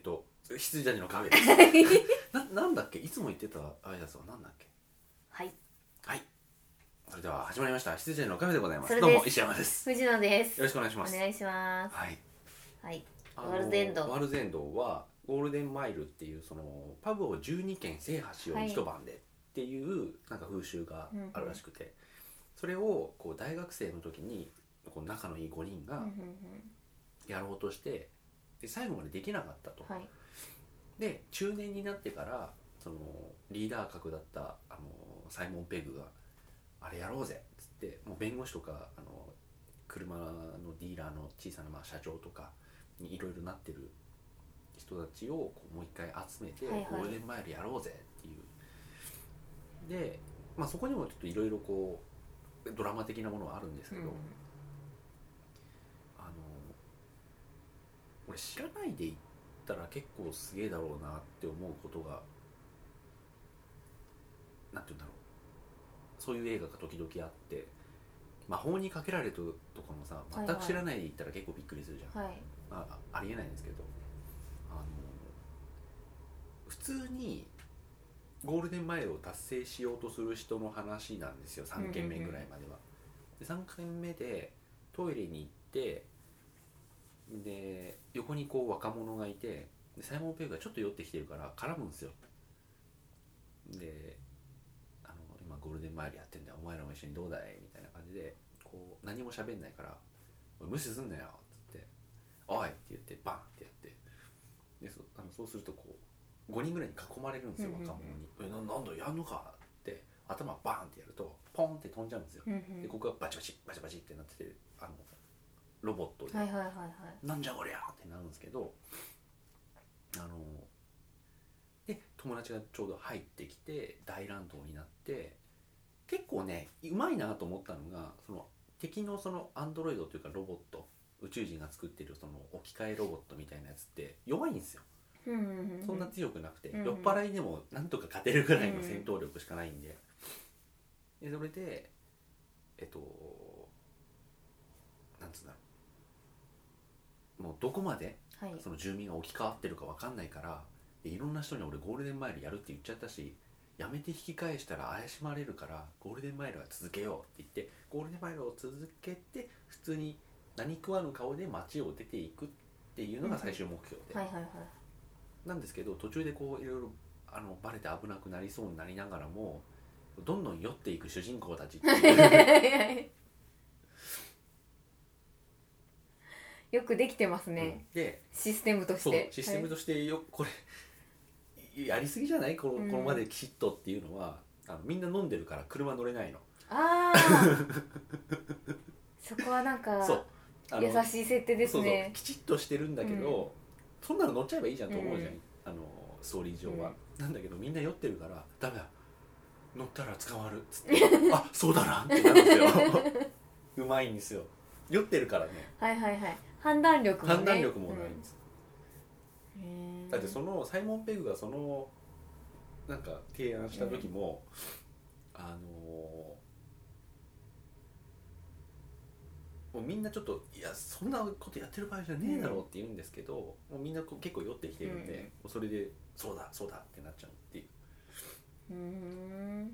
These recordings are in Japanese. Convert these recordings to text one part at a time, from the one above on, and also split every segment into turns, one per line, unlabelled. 羊たちの 影ななんだっけいつも言ってた挨拶はなんだっけ
はい
はいそれでは始まりました羊たちのカフェでございま
そ
す
れ
ど
で
う
す
も石山ですよ
藤野です
ろしくお願いし
お
ます
願いします
はい
はい
あの
ワールズエンド
ワールズエンドはゴールデンマイルっていうそのパブを12軒制覇しよう
はい
一晩でっていうなんか風習があるらしくて、それをこう大学生の時にこう仲のいい5人
うん
が
うん
やろうとしてで最後までできなかったと、
うんはい
で中年になってからそのリーダー格だったあのサイモン・ペグが「あれやろうぜ」っつってもう弁護士とかあの車のディーラーの小さなまあ社長とかにいろいろなってる人たちをこうもう一回集めて「
はいはい
ゴールデンマイルやろうぜ」っていうで、まあ、そこにもちょっといろいろこうドラマ的なものはあるんですけど、
う
あの俺知らないで行ったら結構すげえだろうなって思うことがなんて言うんだろうそういう映画が時々あって魔法にかけられるとかもさ
いはい
全く知らないで行ったら結構びっくりするじゃん、
んはい
まあ、ありえないんですけどあの普通にゴールデンマイルを達成しようとする人の話なんですよ3軒目ぐらいまでは。で3軒目でトイレに行ってで横にこう若者がいてでサイモン・ペグがちょっと酔ってきてるから絡むんですよ。であの「今ゴールデンマイルやってんだよお前らも一緒にどうだい?」みたいな感じでこう何も喋んないから「おい無視すんなよ」っつって「おい!」って言ってバンってやってでそあのそうするとこう5人ぐらいに囲まれるんですよ
うんうん
若
うん
者に「えななんだやんのか?」って頭バンってやるとポンって飛んじゃうんですよ。
うんう
で
ん
ここがバチバチバチバチってなっててあのロボットで、
はいはいはいはい
なんじゃこりゃってなるんですけどあので友達がちょうど入ってきて大乱闘になって結構ねうまいなと思ったのがその敵のそのアンドロイドというかロボット宇宙人が作ってるその置き換えロボットみたいなやつって弱いんですよ
うんうんうん
そんな強くなくて、
うん
酔っ払いでもなんとか勝てるぐらいの戦闘力しかないんで,、でそれでえっとなんつうんだろうもうどこまで
はい
その住民が置き換わってるかわかんないからでいろんな人に俺ゴールデンマイルやるって言っちゃったしやめて引き返したら怪しまれるからゴールデンマイルは続けようって言ってゴールデンマイルを続けて普通に何食わぬ顔で街を出ていくっていうのが最終目標で、
はいはいはい
なんですけど途中でこういろいろあのバレて危なくなりそうになりながらもどんどん酔っていく主人公たちって いう
よくできてます
うん
ね、
で
システムとし
そう
て
システム
と
としてよこれやりすぎじゃないこの
うん
このまできちっとっていうのはあのみんな飲んでるから車乗れないの
ああそこはなん か
そうあの
優しい設定です
そうそう
ね
きちっとしてるんだけど、そんなの乗っちゃえばいいじゃんと思うじゃん、
うん
あのストーリー上は、なんだけどみんな酔ってるからダメだ乗ったら捕まるっつってあそうだなってなるんですようまいんですよ酔ってるからね
はいはいはい判断力もね
判断力もないんです、
うんへー
だってそのサイモン・ペグがそのなんか提案した時も、あのもうみんなちょっと「いやそんなことやってる場合じゃねえだろ」って言うんですけど、もうみんなこう結構酔ってきてるんで、
うん
もうそれで「そうだそうだ」ってなっちゃうっていう
うーん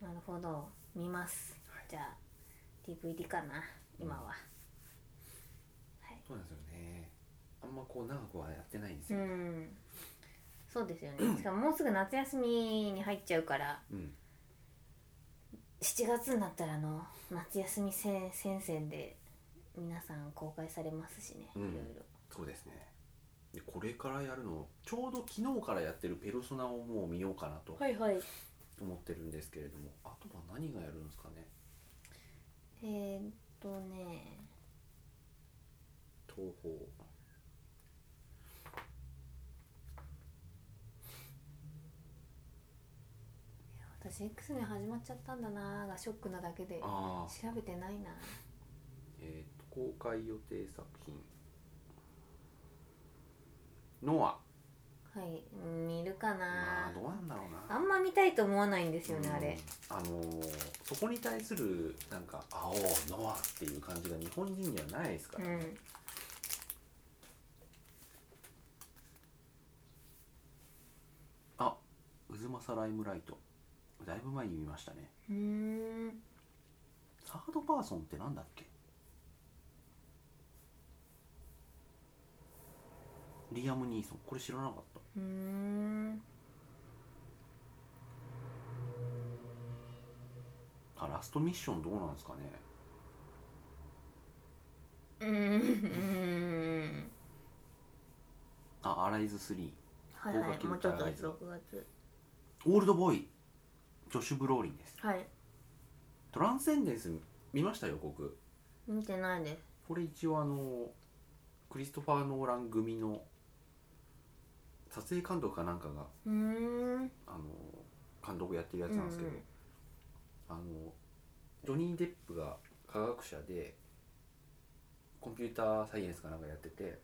なるほど見ます、
はい
じゃあ DVD かな今は、はい
そうなんですよねあんまこう長くはやってないんです
う
よ、
んそうですよ ねしかももうすぐ夏休みに入っちゃうから
うん
7月になったらあの夏休みせん戦線で皆さん公開されますしね、
うん
いろいろ
そうですねでこれからやるのちょうど昨日からやってる「ペルソナ」をもう見ようかなと
はいはい
思ってるんですけれども、あとは何がやるんですかね
えー、っとね
東宝
私 X に始まっちゃったんだなーがショックなだけで
ああ
調べてないな
えー、と公開予定作品ノア
はい見るか
ま
な
あどうなんだろうな
あんま見たいと思わないんですよね、
うん
あれ
あのーそこに対するなんか「あおうノア」っていう感じが日本人にはないですか
う
ら、
ん
マサライムライト」だいぶ前に見ましたね
うーん
サードパーソンってなんだっけリアム・ニーソンこれ知らなかった
うーん
あラストミッションどうなんですかね
うーん
あアライズ3
はいは
合
い
格
もうちょっと
い
で
ただい
6月
オールドボーイジョシュ・ブローリンです
はい
トランセンデンス見ましたよ僕
見てないです
これ一応あのクリストファー・ノーラン組の撮影監督かなんかが
うーん
あの監督やってるやつなんですけど、あのジョニー・デップが科学者でコンピューターサイエンスかなんかやってて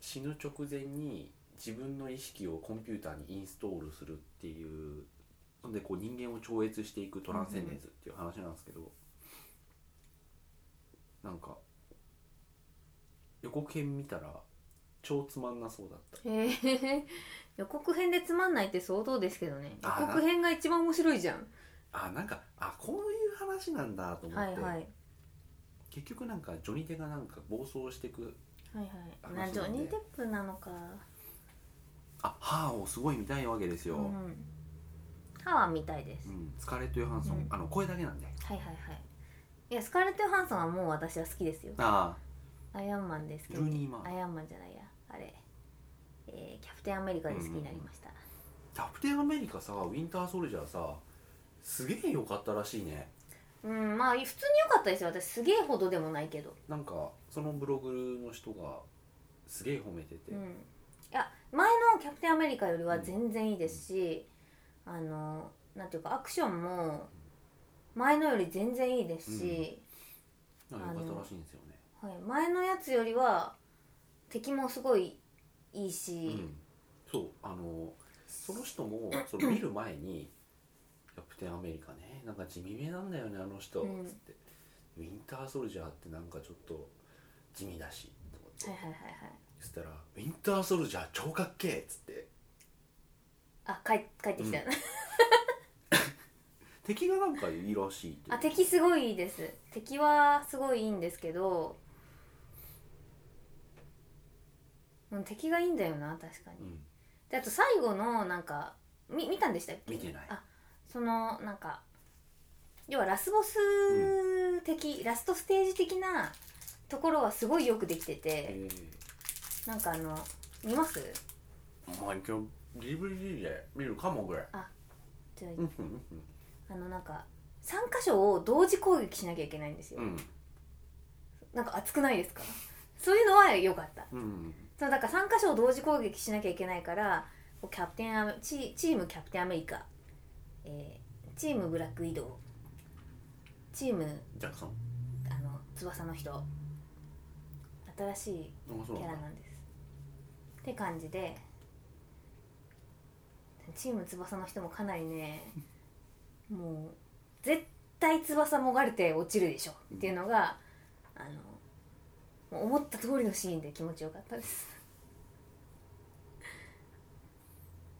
死ぬ直前に自分の意識をコンピューターにインストールするっていうのでこう人間を超越していくトランセンデンスっていう話なんですけど、なんか予告編見たら超つまんなそうだった
えー、予告編でつまんないって相当ですけどね予
あー
告編が一番面白いじゃん
あなんかあこういう話なんだと思
は
っ
い
て、
はい
結局なんかジョニー・デがなんか暴走していく
はい
あ
は
の
いな
そう
ジョニー・
ね
デップなのか
あ歯をすごい見たいわけです
う
よ、うん
ん歯は見たいです、
スカーレット・ヨハンソン、
うん
あの声だけなんで
はいはいはいいやスカーレット・ヨハンソンはもう私は好きですよ
あ
アイアンマンですけ
ル
ど
ーニーマ
ア
ン
イアンマンじゃないやあれ、えーキャプテンアメリカで好きになりました、
キャプテンアメリカさウィンター・ソルジャーさすげえ良かったらしいね
うんまあ普通に良かったですよ私すげえほどでもないけど
なんかそのブログの人がすげえ褒めてて、
うんいや前の「キャプテンアメリカ」よりは全然いいですし、あのなんていうかアクションも前のより全然いいですし、
なんか良かったらしいんですよね
はい、前のやつよりは敵もすごいいいうし、
んそうあのその人もその見る前に「キャプテンアメリカねなんか地味めなんだよねあの人」
うん
つって「ウィンター・ソルジャーってなんかちょっと地味だし」と思って
はいはいはいはい
そしたら「ウィンター・ソルジャー超かっけえ!」っつって
あ帰帰ってきた、
敵がなんかいいらしいって
あ敵すごいいいです敵はすごいいいんですけど、うん、敵がいいんだよな確かに、
うん
であと最後のなんかみ見たんでしたっけ
見てない
あそのなんか要はラスボス的、ラストステージ的なところはすごいよくできてて、
え
なんかあの見ます
ー、まあ今日 DVD で見るかもぐらい
じゃあ,、
うんうん
あのなんか3箇所を同時攻撃しなきゃいけないんですよ、
うんうん
なんか熱くないですかそういうのは良かった
うん
そうだから3箇所を同時攻撃しなきゃいけないからこうキャプテンアメチチームキャプテンアメリカ、えーチームブラック移動チーム
ジャクソン
あの翼の人新しい
あそう
キャ
な
ラ
んだ
なんですって感じでチーム翼の人もかなりねもう絶対翼もがれて落ちるでしょっていうのが、あのもう思った通りのシーンで気持ちよかったです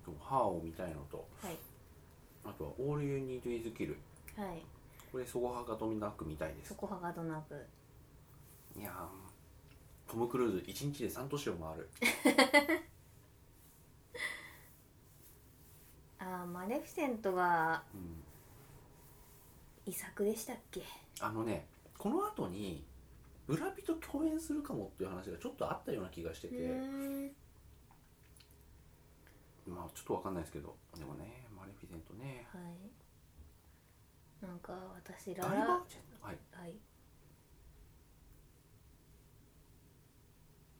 そう歯を見たいのと
はい
あとは「オール・ユニート・イズ・キル
はい」
これそこはかとみなく見たいで
そ
す
こはガードナーク
いやートム・クルーズ一日で3都市を回る
ああマレフィセントが
うん
遺作でしたっけ
あのねこの後にブラピと共演するかもっていう話がちょっとあったような気がしてて、
ん
まあちょっとわかんないですけどでもねマレフィセントね
はいなんか私ラ
ダイ
ラ
バージェントはい
はい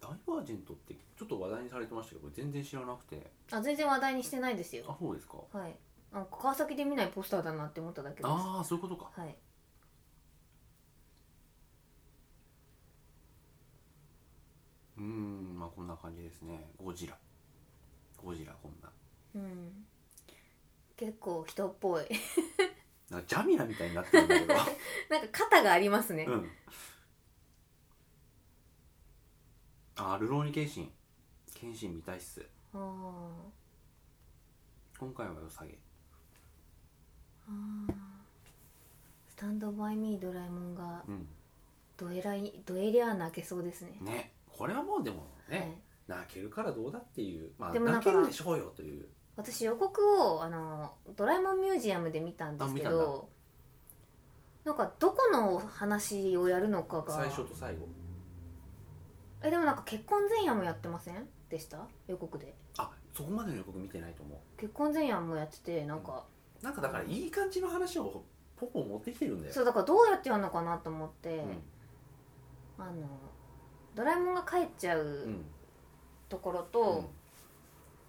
ダイバージェントってちょっと話題にされてましたけど全然知らなくて
あ全然話題にしてないですよ
あそうですか
はいなんか川崎で見ないポスターだなって思っただけですは
ああそういうことか
い
うーんまあこんな感じですねゴジラゴジラこんな
うん結構人っぽい
なんかジャミラみたいになってるんだけど
なんか肩がありますね、
うんあールローニケンシンケンシン見たいっす
ああ
今回は良さげ
あースタンドバイミードラえもんが
うん
どえらいどえりゃあ泣けそうですね
ねこれはもうでもね、
はい
泣けるからどうだっていうまあ
でもなん
泣
か
けるでしょうよという
私予告をあのドラえもんミュージアムで見たんですけ
あ見た
どなんかどこの話をやるのかが
最初と最後
えでもなんか結婚前夜もやってませんでした予告で
あそこまでの予告見てないと思
結婚前夜もやっててなんか、
うなんかだからいい感じの話をポポ持ってきてるんだよ
そうだからどうやってやるのかなと思って、
うん
あのドラえもんが帰っちゃ
う
うんところ
う
と
ん、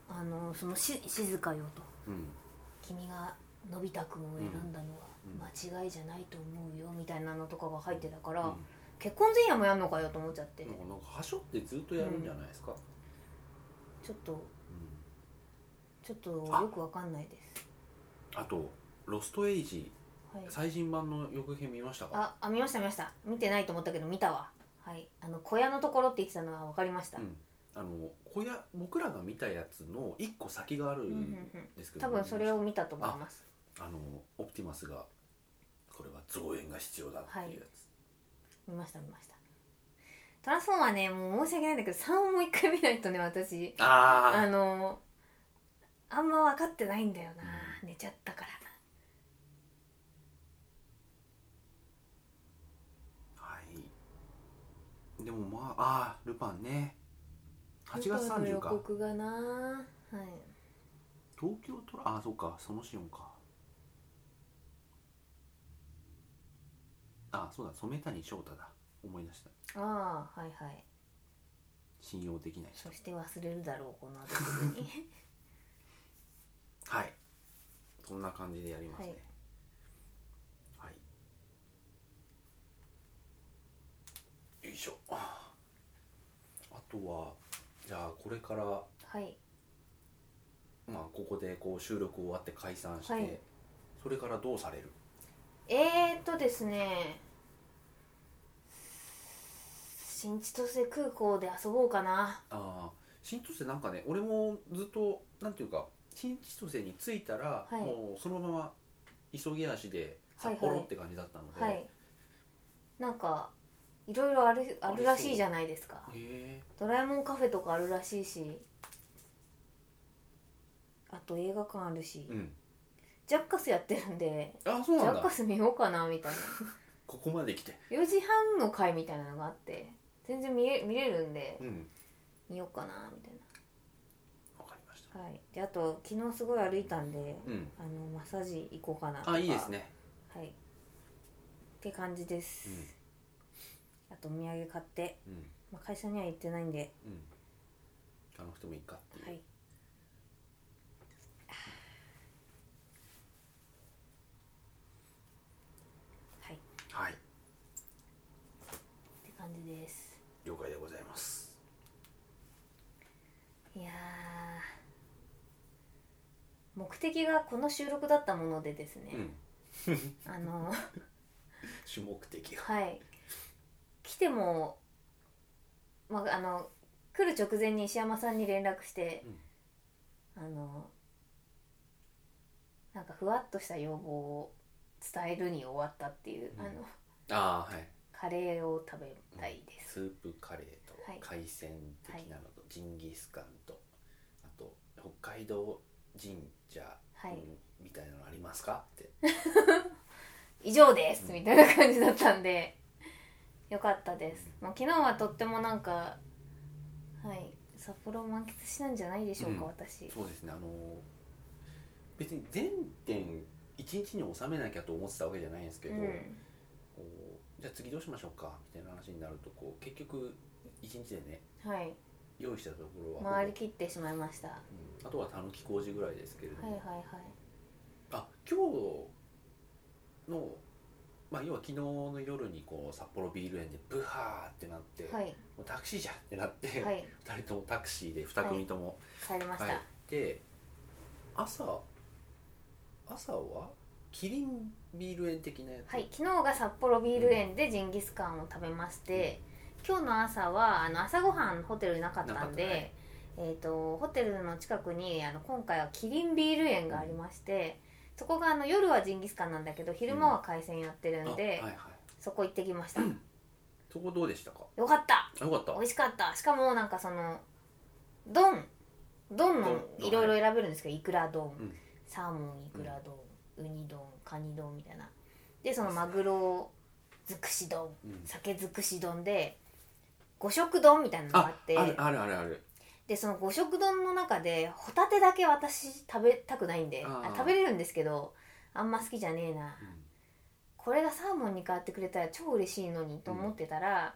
あのそのし静かよと
うん
君がのび太くんを選んだのは間違いじゃないと思うよみたいなのとかが入ってたから、
うん
結婚前夜もやんのかよと思っちゃって、
でもなんかはしょってずっとやるんじゃないですか、
ちょっと
うん
ちょっとよくわかんないです
あと「ロストエイジ
はい」
最新版の予告編見ましたか
ああ見ました見ました見てないと思ったけど見たわはいあの小屋のところって言ってたのはわかりました、
うんあの小屋僕らが見たやつの一個先がある
うんうんん
ですけ
うん、
ど、
多分それを見たと思います
あのオプティマスがこれは増援が必要だっていうやつ、
見ました見ましたトランスフォーマーねもう申し訳ないんだけど3をもう一回見ないとね私あ
あ
のあんま分かってないんだよな、寝ちゃったから
あはいでもまあああルパンね8月30
本当
か
の予告がなはい
東京トラああそうかそのシオンかああそうだ染谷翔太だ思い出した
ああはいはい
信用できない人
そして忘れるだろうこの後に
はいそんな感じでやりますねはい、よいしょあとはじゃあこれから
はい
まあここでこう収録終わって解散して、
はい
それからどうされる
えー、っとですね新千歳空港で遊ぼうかな
ああ新千歳なんかね俺もずっとなんていうか新千歳に着いたら、
はい
もうそのまま急ぎ足で札
はい
幌
はい
って感じだったので、
はいなんかいろいろあるあるらしいじゃないですか
へえ
ドラえもんカフェとかあるらしいしあと映画館あるし、
うん
ジャッカスやってるんで
あそう
ジ
なん
ャッ
だ
カス見ようかなみたい
ここまで来て
な4時半の回みたいなのがあって全然見れ見れるんで
うん
見ようかなみたい
わかりました
なはいであと昨日すごい歩いたんで、
うん
あのマッサージ行こうかなとか
あいいですね
はいって感じです、
うん
あとお土産買って、
うん
まあ、会社には行ってないんで
うん行かなくてもいいかっていう、
はいはいっ
はい、
て感じです
了解でございます
いやー目的がこの収録だったものでですね
う、ん
あの
主目的が
はい来ても、まあ、あの来る直前に石山さんに連絡して、あのなんかふわっとした要望を伝えるに終わったっていう、
うん
あの
ああはい
カレーを食べたいです、
スープカレ
は
ー
い
と海鮮的なのとジンギスカンとあと北海道神社
はい
うんみたいなのありますかって
以上です、
うん
みたいな感じだったんでよかったです、もう昨日はとってもなんかはい札幌を満喫したんじゃないでしょうか、
うん
私
そうですねあの別に全店一日に収めなきゃと思ってたわけじゃないんですけ
う
ど、
ん
こうじゃあ次どうしましょうかみたいな話になるとこう結局一日でね
はい
用意したところはほぼ
回りきってしまいましたは
うんあとはたぬき工事ぐらいですけれど
いは
も、
いはい
あ今日の、まあ、要は昨日の夜にこう札幌ビール園でブハーってなって、
は
も
いう
タクシーじゃんってなって、二
はい
2人ともタクシーで2組とも
帰りま
帰
し、
ったて、朝朝はキリンビール園的なやつ、
はい、昨日が札幌ビール園でジンギスカンを食べまして、今日の朝はあの朝ごはんホテルなかったんで
なかったね
えー、とホテルの近くにあの今回はキリンビール園がありまして、そこがあの夜はジンギスカンなんだけど昼間は海鮮やってる
あ
ん
はい
で、
はい
そこ行ってきました、
そこどうでしたか
よかった
あよかった
美味しかったしかもなんかその丼丼の
丼
いろいろ選べるんですけどいくら丼、
うん
サーモンいくら丼、ウニ丼カニ丼みたいなでそのマグロ尽くし丼
うん
酒尽くし丼で五色丼みたいなのがあ
あ
って
あるあるあるある
でその五色丼の中でホタテだけ私食べたくないんで
あー
あ食べれるんですけどあんま好きじゃねえ
う
な
ん
これがサーモンに変わってくれたら超嬉しいのにと思ってたら、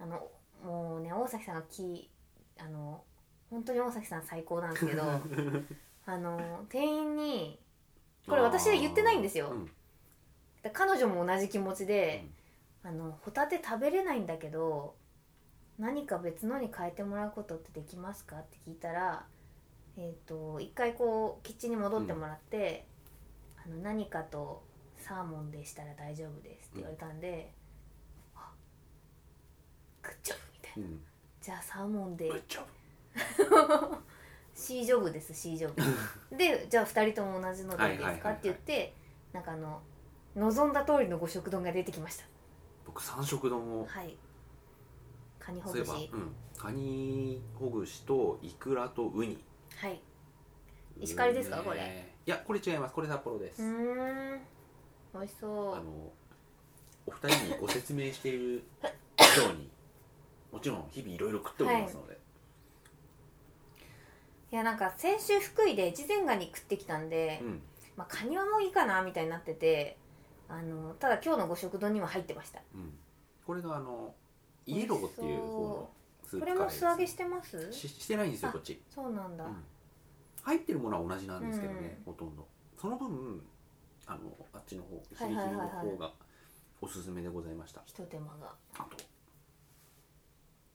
あのもうね大崎さんがきあの本当に大崎さん最高なんですけどあの店員にこれ私は言ってないんですよ
あーうん
だ彼女も同じ気持ちで、あのホタテ食べれないんだけど何か別のに変えてもらうことってできますかって聞いたらえっ、と一回こうキッチンに戻ってもらって、あの何かとサーモンでしたら大丈夫ですって言われたんで、あグッジョブみたいな
うん
じゃあサーモンで
ぶっちゃぶ
シージョブですシージョ ブでじゃあ2人とも同じのでいいで
はいはいはい
すか
はい
って言ってなんかあの望んだ通りのご食丼が出てきました
僕三色丼を
はいカニほ
そうい
ぐ
え
し
ば、うん、カニほぐしとイクラとウニ
はい石狩ですか
ね
これ
いやこれ違いますこれ札幌で
う
す、
ーん美味しそ
あ
う
のお二人にご説明しているよ うにもちろん日々いろいろ食っておりますので、
いやなんか先週福井で越前ガニ食ってきたんで、
うん
まあ、カニはもういいかなみたいになっててあのただ今日のご食堂には入ってました
うん、これがあのイエローっていう方のスー
こ
プ
れ
カレー
も
です
素揚げしてます
ししてないんですよ
あ
こっち、
そうなん
う
だ、
ん、入ってるものは同じなんですけどね
う、ん
ほとんどその分あのあっちの方
は
響
い
き
はいはい
の
はい
方がおすすめでございました、
ひと手間が
あと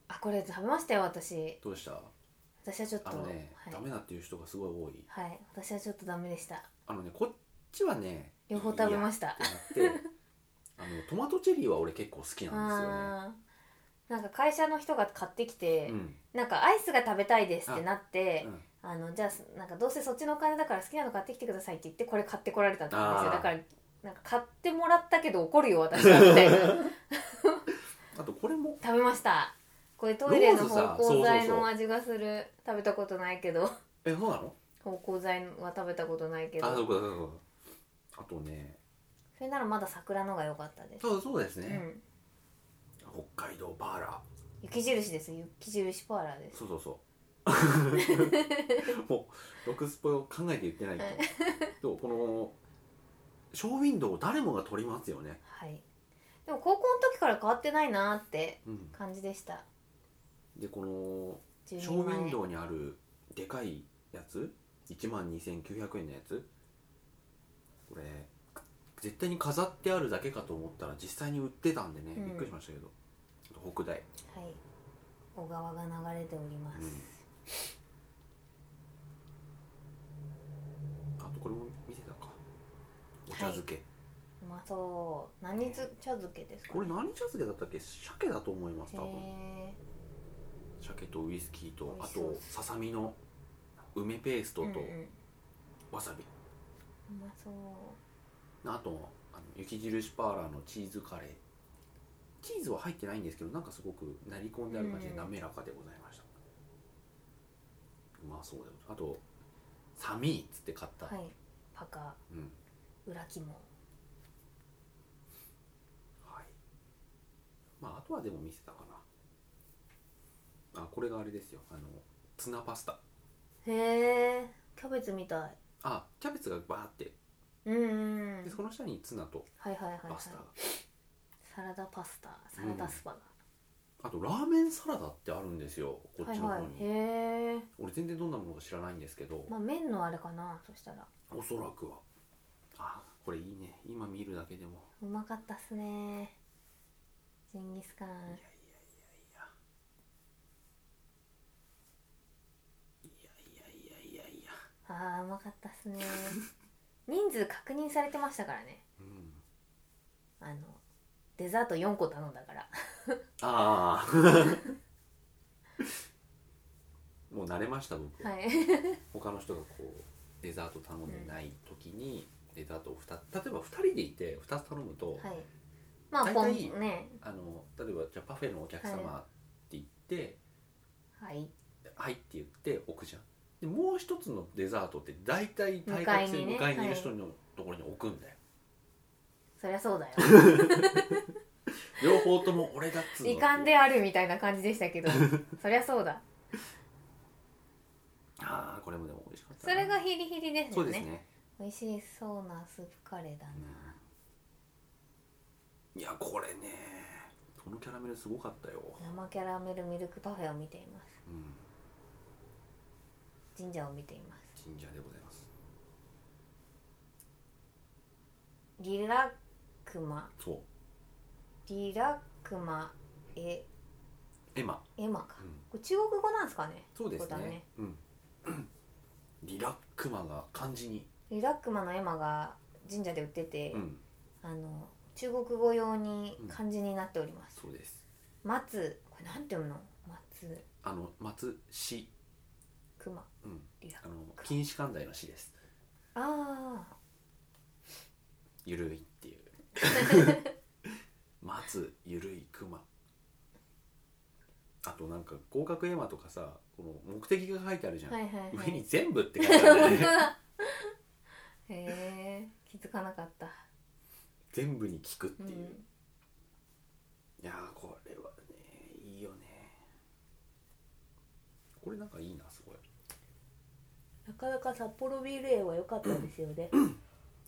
あこれ食べましたよ私
どうした
私はちょっと
あのね、
はい
ダメだっていう人がすごい多い
はい私はちょっとダメでした
あのねこっちはね
両方食べま
し
した
ってなって あのトマトチェリーは俺結構好きなんですよね
あーなんか会社の人が買ってきて、
うん
なんかアイスが食べたいですってなって
うん
あ、のじゃあなんかどうせそっちのお金だから好きなの買ってきてくださいって言ってこれ買ってこられたんですよ
あー
だからなんか買ってもらったけど怒るよ私はみたいな
あとこれも
食べましたこれトイレの
ローズさ
芳香剤
そうそう
の
そう
味がする食べたことないけど
えそうなの
芳香剤は食べたことないけ
あそう
ど
かそうかそうかあとね
それならまだ桜のが良かったです、
そうそうです
う
ね、
ん、
北海道バーラ
雪印です雪印パーラーで
ー
す
そうそうそう もうロクスポを考えて言ってないけどでもこのショーウィンドウ誰もが撮りますよね、
はいでも高校の時から変わってないなーって
うん、
感じでした
でこの
12
ショーウィン
前
ドウにあるでかいやつ1万2900円のやつこれ絶対に飾ってあるだけかと思ったら実際に売ってたんでね、
うん
びっくりしましたけどあと北大
はい小川が流れております、
あとこれも見てたかお茶漬け、
うまそう何つ茶漬けですか
これ何茶漬けだったっけ鮭だと思います
へ
多分
え
鮭とウイスキーと
美
あ
味しそう
とささみの梅ペースト
うんうん
と
う
わさび、
まそう
あとあの雪印パーラーのチーズカレーチーズは入ってないんですけどなんかすごく練り込んである感じで
うん
滑らかでございました、うまそうだよあとサミーっつって買った、
はいパカ
うん
裏肝
はいまああとはでも見せたかなあこれがあれですよあのツナパスタ
へえキャベツみたい
あキャベツがバーって
うんうんうん
でその下にツナと
はいはいはいは
パ
い
スタが、
サラダパスタサラダスパが、
あとラーメンサラダってあるんですよこっ
はい
ちの方
は
に、
いへえ
俺全然どんなものか知らないんですけど、
まあ麺のあれかなそしたら
おそらくはあこれいいね今見るだけでも
うまかったっすねジンギスカン
いやいやいやいや
あーうまかったっ すね人数確認されてましたからね
うん
あのデザート4個頼んだから
あ あもう慣れました僕は
はい
他の人がこうデザート頼んでない時にえっとあと二例えば2人でいて2つ頼むと、
はいまあポン
大体
ね
あの例えばじゃあパフェのお客様って言って
はい
「はい」って言って置くじゃんでもう一つのデザートって大体対
向か
角
いに
線
ね
向かいにい
は
る
い
人のところに置くんだよ、
そりゃそうだ よ
両方とも俺だっつうの
遺憾であるみたいな感じでし たけどそりゃそうだ
ああこれもでも美味しかった
そ
な
れがヒリヒリです
そ
よ
うです
ね
ね、
美味しそうなスープカレーだな
うんいやこれねこのキャラメルすごかったよ、
生キャラメルミルクパフェを見ています
うん、
神社を見ています
神社でございます
リラクマ
そう
リラクマエ
エマ、
エマか
うん、
これ中国語なんですかね
そうです
こ
ね
こだ
う
ね
ん リラックマが漢字に、
リラクマのエマが神社で売ってて、
うん、
あの中国語用に漢字になっております、
そうです
松これなんて読むの松
あの松市、
熊
うん、
リラ
あの錦糸寛大の市です
あ
ゆるいっていう松ゆるい熊あとなんか合格エマとかさこの目的が書いてあるじゃ
あ
ん、
はいはいはい
上に全部って書いてあるんだよね
へえ気づかなかった、
全部に効くって
う
いう、い
ん、
やーこれはねいいよねこれなんかいいなすごい
なかなか札幌ビール園は良かったですよ ね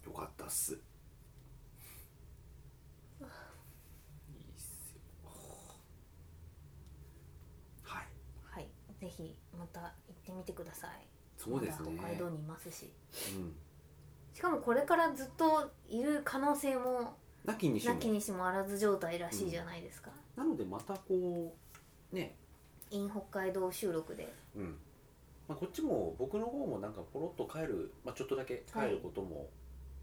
よかったっすいいっすよはい
はいぜひまた行ってみてください
そうですね
まだ北海道にいますし
うん
しかもこれからずっといる可能性も
なきにし
な
も
きにしもあらず状態らしいじゃないですか、
なのでまたこうね
in 北海道収録で
うん、まあ、こっちも僕の方もなんかポロッと帰る、まあ、ちょっとだけ
はい
帰ることも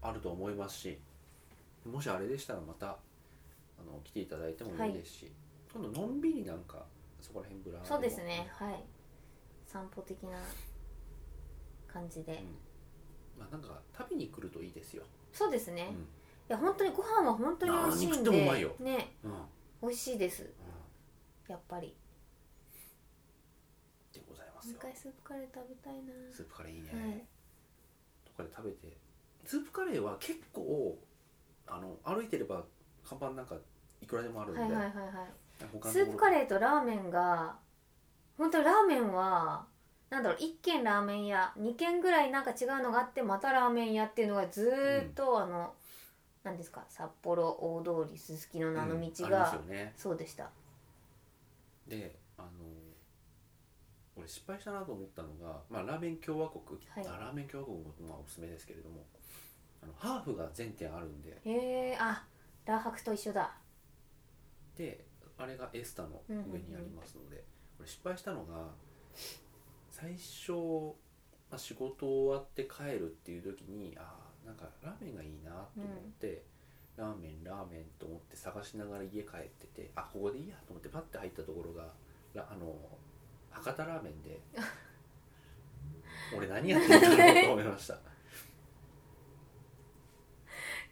あると思いますし、もしあれでしたらまたあの来ていただいてもいいですし、今度のんびりなんかそこら辺ぶらーっと
そうですね、はい散歩的な感じで、
うんまあ、なんか食べに来るといいですよ、
そうですね、
うん
いや本当にご飯は本当に美味しいん
何食って
で
もうまいよ
ね
うんうん
美味しいですやっぱり
でございます
もう
よ
一回スープカレー食べたいな
スープカレーいいね、
はい
とかで食べてスープカレーは結構あの歩いてれば看板なんかいくらでもあるんで、
はいはいはいはい
他の
ス
ところ
ープカレーとラーメンが本当にラーメンはなんだろう1軒ラーメン屋2軒ぐらいなんか違うのがあってまたラーメン屋っていうのがずーっと、あの何ですか札幌大通りすすきののあの道
うんあり
が、
ますよね
そうでした
であの俺失敗したなと思ったのが、まあ、ラーメン共和国、
はい
あラーメン共和国もまあおすすめですけれどもあのハーフが全店あるんで
へえあラー白と一緒だ
であれがエスタの上にありますので、俺失敗したのが最初、まあ、仕事終わって帰るっていう時にあーなんかラーメンがいいなと思って、ラーメンラーメンと思って探しながら家帰っててあここでいいやと思ってパッて入ったところがらあの博多ラーメ ンで俺何やってんだろうと思いました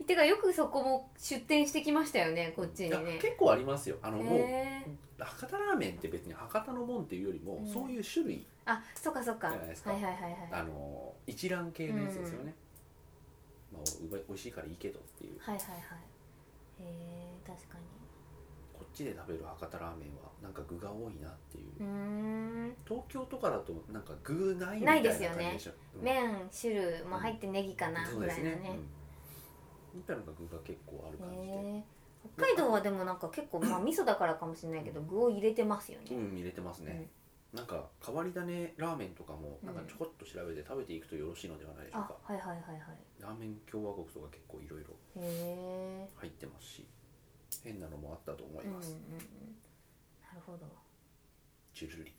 てかよくそこも出店してきましたよ ねこっちに
いや
ね
結構ありますよあのもう
へえ
博多ラーメンって別に博多のもんっていうよりも、
うん
そういう種類
あそっかそっか
じゃないですか
はいはいはいはい
あの一覧系のやつですよね、まあ、うまい美味しいからいいけどっていう
はいはいはいへえ確かに
こっちで食べる博多ラーメンはなんか具が多いなっていう、
うーん
東京とかだとなんか具ないみたいな感じ
ない
で
です
しょ、うん
麺汁も入ってネギかな
そう
ぐ
で
ら
す
いの
ね
ね
うんみたいなのが具が結構ある
へ
感じで、
え北海道はでもなんか結構まあ味噌だからかもしれないけど具を入れてますよね、
うん入れてますね、なんか変わり種ラーメンとかもなんかちょこっと調べて食べていくとよろしいのではないでしょう
あ
か、
はいはいはいはい
ラーメン共和国とか結構いろいろ
へえ
入ってますし変なのもあったと思い
うんうんう
ま
ん
す、
なるほど
ジュルリ
い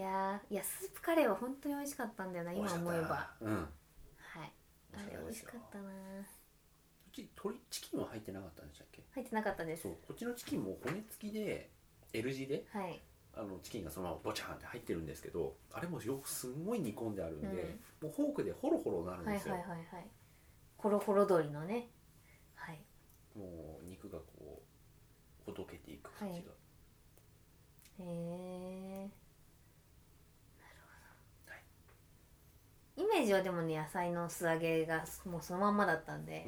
やーいやスープカレーは本当に美味しかったんだよな今思えばは
美味しかったなうん
いあれ美味しかった
こ
な
っち鶏チキンは入ってなかったんでしたっけ
入ってなかったです
そうこっちのチキンも骨付きで L 字で
はい
あのチキンがそのままボチャンって入ってるんですけどあれもよくすんごい煮込んであるんで、
うん
もうフォークでホロホロなるん
はい
で
はい
すよ、
はいはいホロホロ鳥のねはい
もう肉がこうほどけていく感じが、
へえ
はい
イメージはでもね野菜の素揚げがもうそのまんまだったんで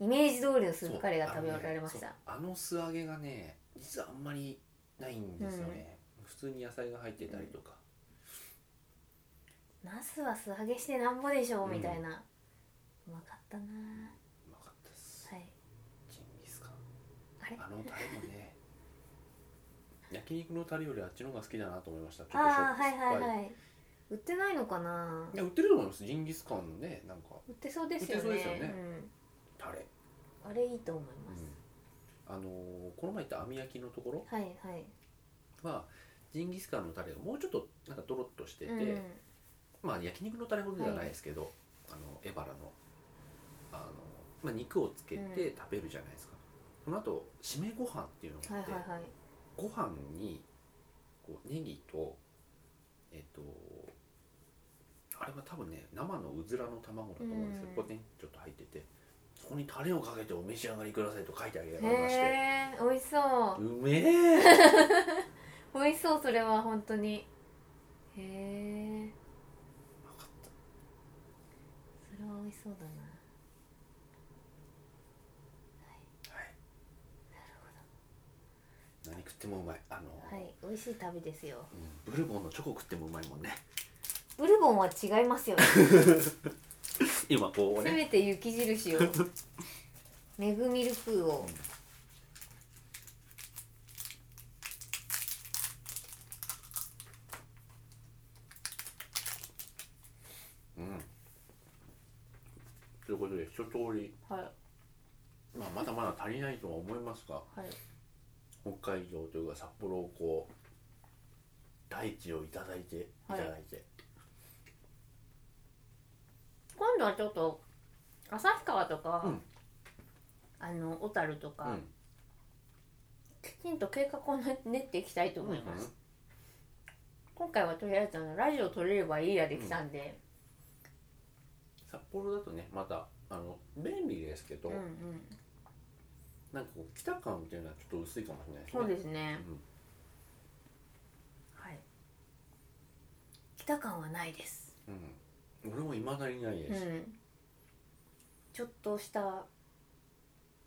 う、ん
イメージ通りのスー
そう
プカレーが食べ
あのね
終わられまし
そう
た
あの素揚げがね実はあんまりないんですよね、普通に野菜が入ってたりとか、
ナスは素揚げしてなんぼでしょう、
うん
みたいなうまかったな
うまかったです
はい
ジンギスカン
あれ
あのタレもね焼肉のタレよりあっちの方が好きだなと思いましたちょっとしょ
ああーはい
酸っ
はい
ぱい
はい売ってないのかない
や売ってると思いますジンギスカンのねなんか
売ってそうですよ
売ってそう
ね
ですよねタレ、
うん、あれいいと思い
うん
ます、
あのーこの前行った網焼きのところ
はいはい
はジンギスカンのタレがもうちょっとなんかドロッとしてて、
うん
まあ焼肉のタレほどではないですけど、あのエバラのあの、まあ、肉をつけて食べるじゃないですか、その後締めご飯っていうのがあ
はい
って、
はいはい
ご飯にこうネギとえっとあれは多分ね生のうずらの卵だと思うんですけど、
うん
ポテンちょっと入っててそこにタレをかけてお召し上がりくださいと書いてあげられまして
へえ美味しそう
うめえ
美味しそうそれは本当にへえそれは美味しそうだな
はい何食ってもうまいあの、
はい美味しい旅ですよ
うんブルボンのチョコ食ってもうまいもんね
ブルボンは違います よね
今こう
せ
ね
めて雪印をメグミルクを
うんということで一通り、
はい
まあ、まだまだ足りないとは思いますが
はい
北海道というか札幌をこう大地をいただいていた
はい
だいて、
今度はちょっと旭川とか、
うん
あの小樽とか、
うん
きちんと計画を練っていきたいと思います、今回はとりあえずあのラジオ撮れればいいやできたんで、
札幌だとねまたあの便利ですけ
う
ど、
ん、うん
なんかこう北感っていうのはちょっと薄いかもしれないですね
そうですね、
うん
はい北感はないです、
うん、俺もいまだにないで
う
す、
ん、ちょっとした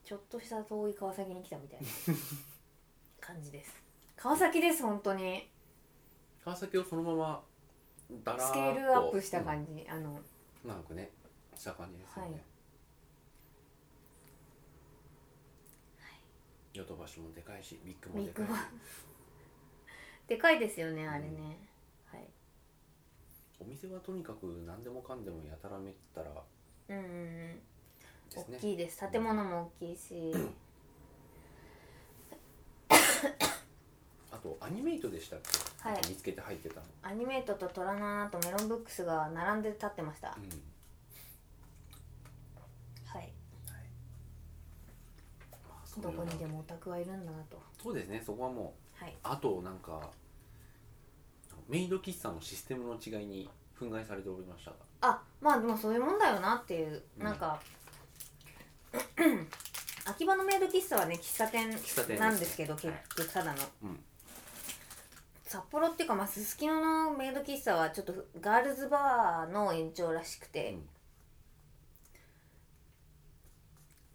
ちょっとした遠い川崎に来たみ たいな感じです川崎です本当に
川崎をそのままだらーっと
スケールアップした感じ、あの
うんなんかねした感じですよね、
はい
ヨドバシもでかいしビッグも
ビ
で
ッ
か
グ
いし
はでかいですよねあれね、はい
お店はとにかく何でもかんでもやたらめったら
うんうんうん
ですね
大きいです建物も大きいし、
あとアニメイトでしたっけ、
はい
見つけて入ってたの、
アニメートと虎の穴とメロンブックスが並んで立ってました、
うんは
はい
いまあ、それ
ど
は
こにでもオタクはいるんだなと
そうですねそこはもう
はい
あとなんかメイド喫茶のシステムの違いに憤慨されておりましたが
あまあでもそういうもんだよなっていう、
うん
なんか 秋葉のメイド喫茶はね喫茶店
喫茶店です
なんですけど結局ただの、
うん
札幌っていうかまあすすきののメイド喫茶はちょっとガールズバーの延長らしくて、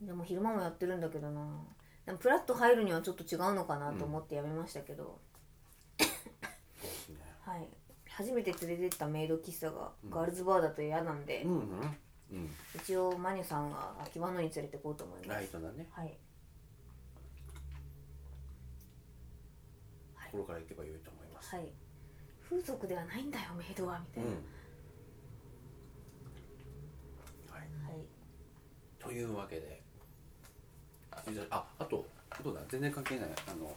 でも昼間もやってるんだけどなでもプラッと入るにはちょっと違うのかなと思ってやめましたけど、
そうですね
はい初めて連れてったメイド喫茶が
うん
ガールズバーだと嫌なんで、
うんうんうん
一応マニュさんが秋葉のに連れてこうと思います
ライトなね
はい
ところから行けば良いと思います、
はい風俗ではないんだよメイドはみた
う
い
ん
な、
はい、
はい
というわけでああとどうだ全然関係ないあの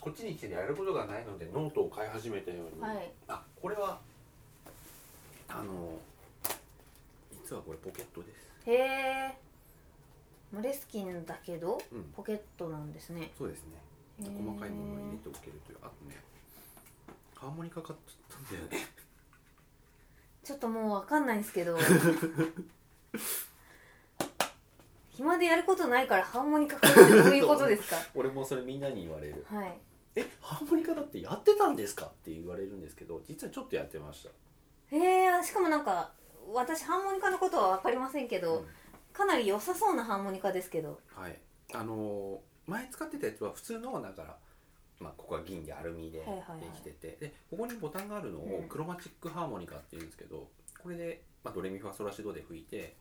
こっちに来てやることがないのでノートを買い始めたように、
はい
あこれはあの実はこれポケットです
へえモレスキンだけど
うん
ポケットなんですね
そうですね細かいものを入れておけるというあとねハーモニカ買っちゃったんだよね
ちょっともう分かんないんですけど暇でやることないからハーモニカ買うってどういうことです か
俺もそれみんなに言われる
はい
「えハーモニカだってやってたんですか?」って言われるんですけど実はちょっとやってました
へえしかもなんか私ハーモニカのことは分かりませんけど、
うん
かなり良さそうなハーモニカですけど
はいあのー前使ってたやつは普通のだから、まあ、ここは銀でアルミでで
はいはいはい
きてて、でここにボタンがあるの
う
を
ん
クロマチックハーモニカっていうんですけどこれで、まあ、ドレミファソラシドで吹いて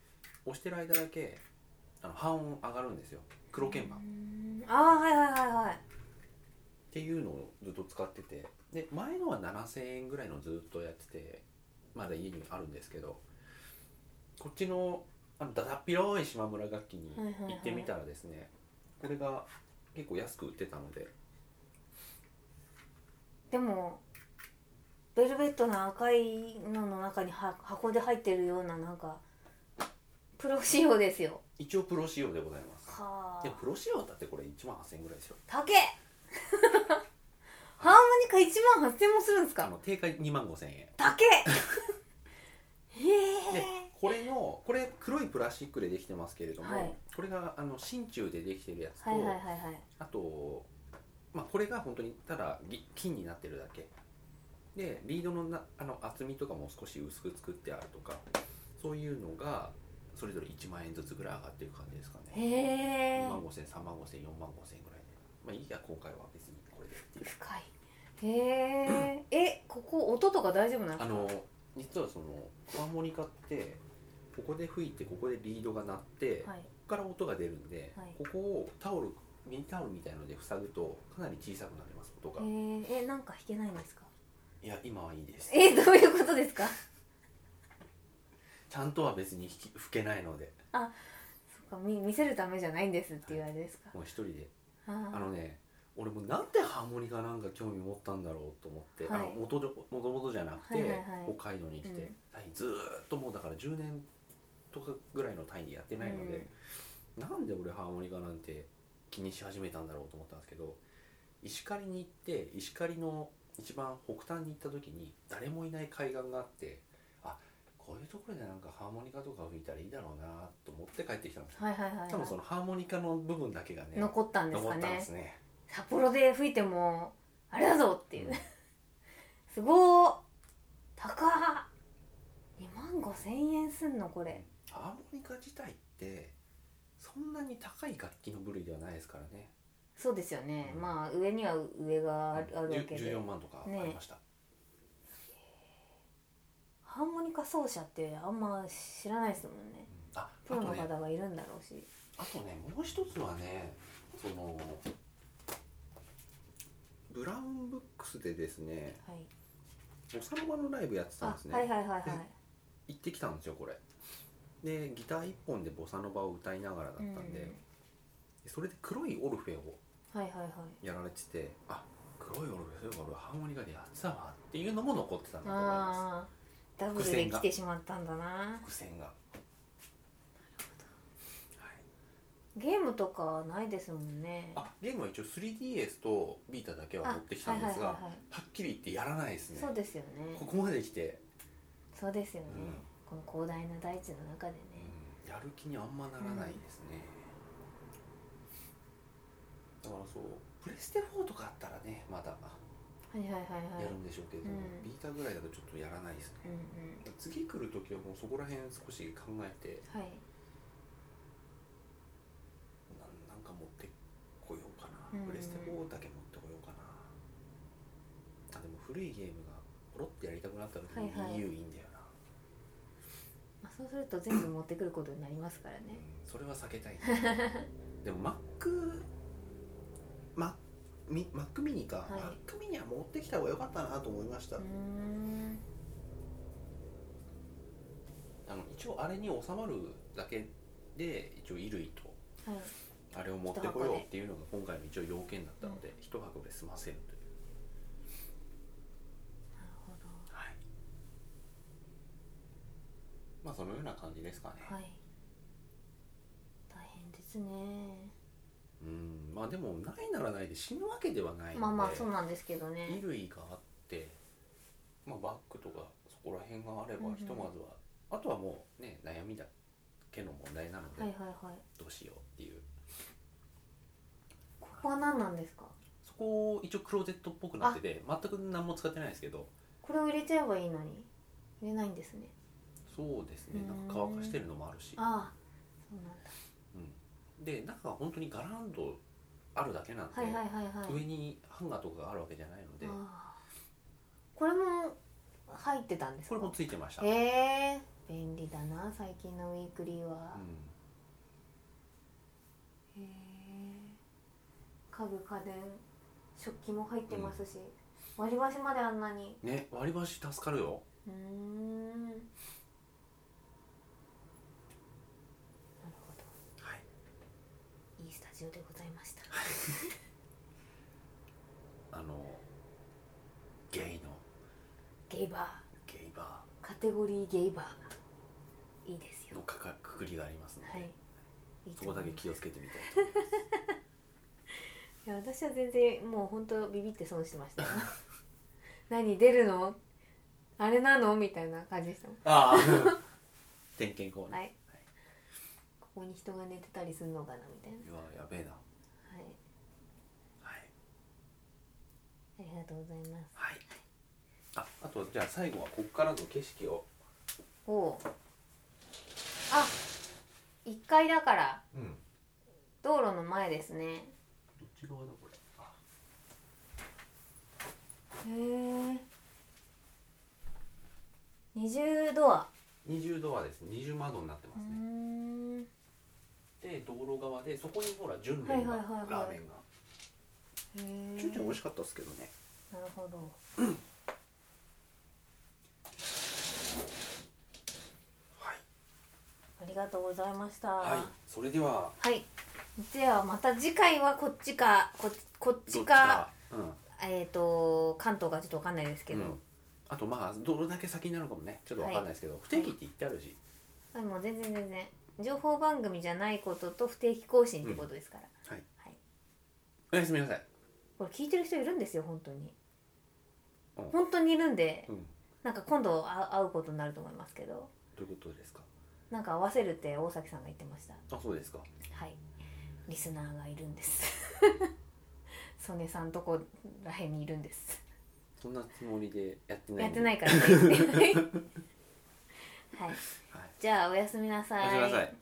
押してる間だけあの半音上がるんですよ黒鍵盤っ
うーんああはいはいはいはい
ていうのをずっと使っててで前のは7000円ぐらいのずっとやっててまだ家にあるんですけどこっちのあのだだっ広い島村楽器に
はいはいはい
行ってみたらですねこれが結構安く売ってたので
でもベルベットの赤いのの中には箱で入ってるようななんかプロ仕様ですよ
一応プロ仕様でございます
は
でも
あ
プロ仕様だってこれ1万8000円ぐらいですよ
高えハーモニカ1万8000もするんです
あ
か
の定価2万5000円
高 えへ
で
え
これのこれ黒いプラスチックでできてますけれども、
はい
これがあの真鍮でできてるやつと、
はいはいはいはい
あと、まあ、これが本当にただぎ金になってるだけでリードのなあの厚みとかも少し薄く作ってあるとかそういうのがそれぞれ1万円ずつぐらい上がってる感じですかね
へえ
2万5000 3万5000 4万5000ぐらいでまあいいや今回は別にこれでっていう
深いへええここ音とか大丈夫なんで
あ
すか
の実はそのハーモニカってここで吹いてここでリードが鳴って、こ
はい
こから音が出るんで、
はい
ここをタオルミニタオルみたいので塞ぐとかなり小さくなります音が、
へええなんか弾けないんですか
いや今はいいです
えどういうことですか
ちゃんとは別に吹き吹けないので
そっか見見せるためじゃないんですっていうあれですか、
もう一人で
あー
あのね俺もなんでハーモニカなんか興味持ったんだろうと思って、
はい
あの元々もともとじゃなくて、
はいはいはい
北海道に来て、
うん
タイずーっともうだから10年とかぐらいのタイにやってないので、なんで俺ハーモニカなんて気にし始めたんだろうと思ったんですけど石狩に行って石狩の一番北端に行った時に誰もいない海岸があってあこういうところでなんかハーモニカとか吹いたらいいだろうなと思って帰ってきたんですよ。
はいはいはい、はい、
多分そのハーモニカの部分だけがね
残ったんですか
残ったんで
ね
すね。
札幌で吹いてもあれだぞっていう、
うん
すごー高っ2万5千円すんのこれ
ハーモニカ自体ってそんなに高い楽器の部類ではないですからね
そうですよね、
うん
まあ上には上があるあるわけ
じゅ
で
14万とかありました、
ハーモニカ奏者ってあんま知らないですもんね
うんああ
プ
と
ロの
ね
方がいるんだろうし、
あとねもう一つはねそのブラウンブックスでですね
はい、
ボサノバのライブやってたん
あ
ですね、
はいはいはいはい
で行ってきたんですよこれでギター1本でボサノバを歌いながらだった
うん
んで、それで黒いオルフェを
はいはいはい
やられててあ黒いオルフェそういえば俺ハーモニカでやってたわっていうのも残ってたんだと思います
ああダブルで来てしまったんだな
伏線が。
ゲームとかないですもんね
はい、あゲームは一応 3DS とビータだけは
あ
持ってきたんですが、
はいはいはいは
はっきり言ってやらないです
い
ね
そうですよ
こ
ね
こまで来て、
そうですよね、
うん
この広大な大地の中でね
うんやる気にあんまならないですね、だからそうプレステ4とかあったらねまだ
はいはいはいはい
やるんでしょうけれども、
うん
ビータぐらいだとちょっとやらないですね
うんうん
次来る時はもうそこら辺少し考えて
はい
なんなんか持ってこようかな、
う
プ
ん
レステ4だけ持ってこようかなあでも古いゲームがポロってやりたくなった時に
はいはい
EU いいんだよな、
まあ、そうすると全部持ってくることになりますからね
うんそれは避けたいね でも Mac マミ Mac ミニか、
はい
Mac ミニは持ってきた方が良かったなと思いました、
うーん
あの一応あれに収まるだけで一応衣類と
はい
あれを持ってこようっていうのが今回の一応要件だったので一箱で済ませるという、
なるほど
はい、まあそのような感じですかね、
はい大変ですね
うんまあでもないならないで死ぬわけではないので
まあまあそうなんですけどね
衣類があって、まあ、バッグとかそこら辺があれ
うん
ば
うん
ひとまずは、あとはもうね悩みだけの問題なので、
はいはいはい
どうしようっていう
ここは何なんですか
そこ一応クローゼットっぽくなってて全く何も使ってないんですけど
これを入れちゃえばいいのに入れないんですね
そうですねなんか
うーん
乾かしてるのもあるし、
ああそうなんだ
うん、で中は本当にガランとあるだけなんで、
はいはいはいはい
上にハンガーとかがあるわけじゃないので
ああこれも入ってたんです
こ
か
れもついてました、
へえ便利だな最近のウィークリーは
う、ん
へえ家具家電食器も入ってますし、割り箸まであんなに
ね割り箸助かるよ
うーんなるほ
はい
どいいスタジオでございました
あのゲイの
ゲイバ
ゲイバ
ーカテゴリーゲイバーいいです
ー
よ
のかかくくりがありますので、
はいいい
そ
と
こ
思
だ
い
け
ます
気をつけてみたいと思いま す
いや私は全然もう本当ビビって損してましたよ 何出るのあれなのみたいな感じでしたもん
ああ点検口ね、
はいここに人が寝てたりするのかなみたいな
うわやべえな
はい
はい
ありがとうございます
はいああとじゃあ最後はここからの景色を
おおあ一階だから
うん
道路の前ですね
どっち側だこれあ
へえ二重ドア
二重ドアです二重窓になってま
うー
すね、
んへ
で道路側でそこにほら準麺が、
はいはいはいはい
ラーメンが
え
ちょいちょい美味しかったですけどね
なるほど
はい、
ありがとうございました
はい、それでは
はい。ではまた次回はこっちかここっ
どっ
ち
ち
か
かうん
えっ、と関東かちょっとわかんないですけど、
うんあとまあどれだけ先になるかもねちょっとわかんないですけど、不定期って言ってあるし、
はい、もう全然全然情報番組じゃないことと不定期更新ってことですから、
はい
はい
おやすみなさい
これ聞いてる人いるんですよ本当に
うん
本当にいるんで
うん
なんか今度あ会うことになると思いますけど
どういうことですか
なんか合わせるって大崎さんが言ってました
あそうですか
はいリスナーがいるんです 曽根さんとこらへんにいるんです
そんなつもりでやってない
や
ん
っ
で
てないからね はい
はい
じゃあおやすみなさ
おやすみなさい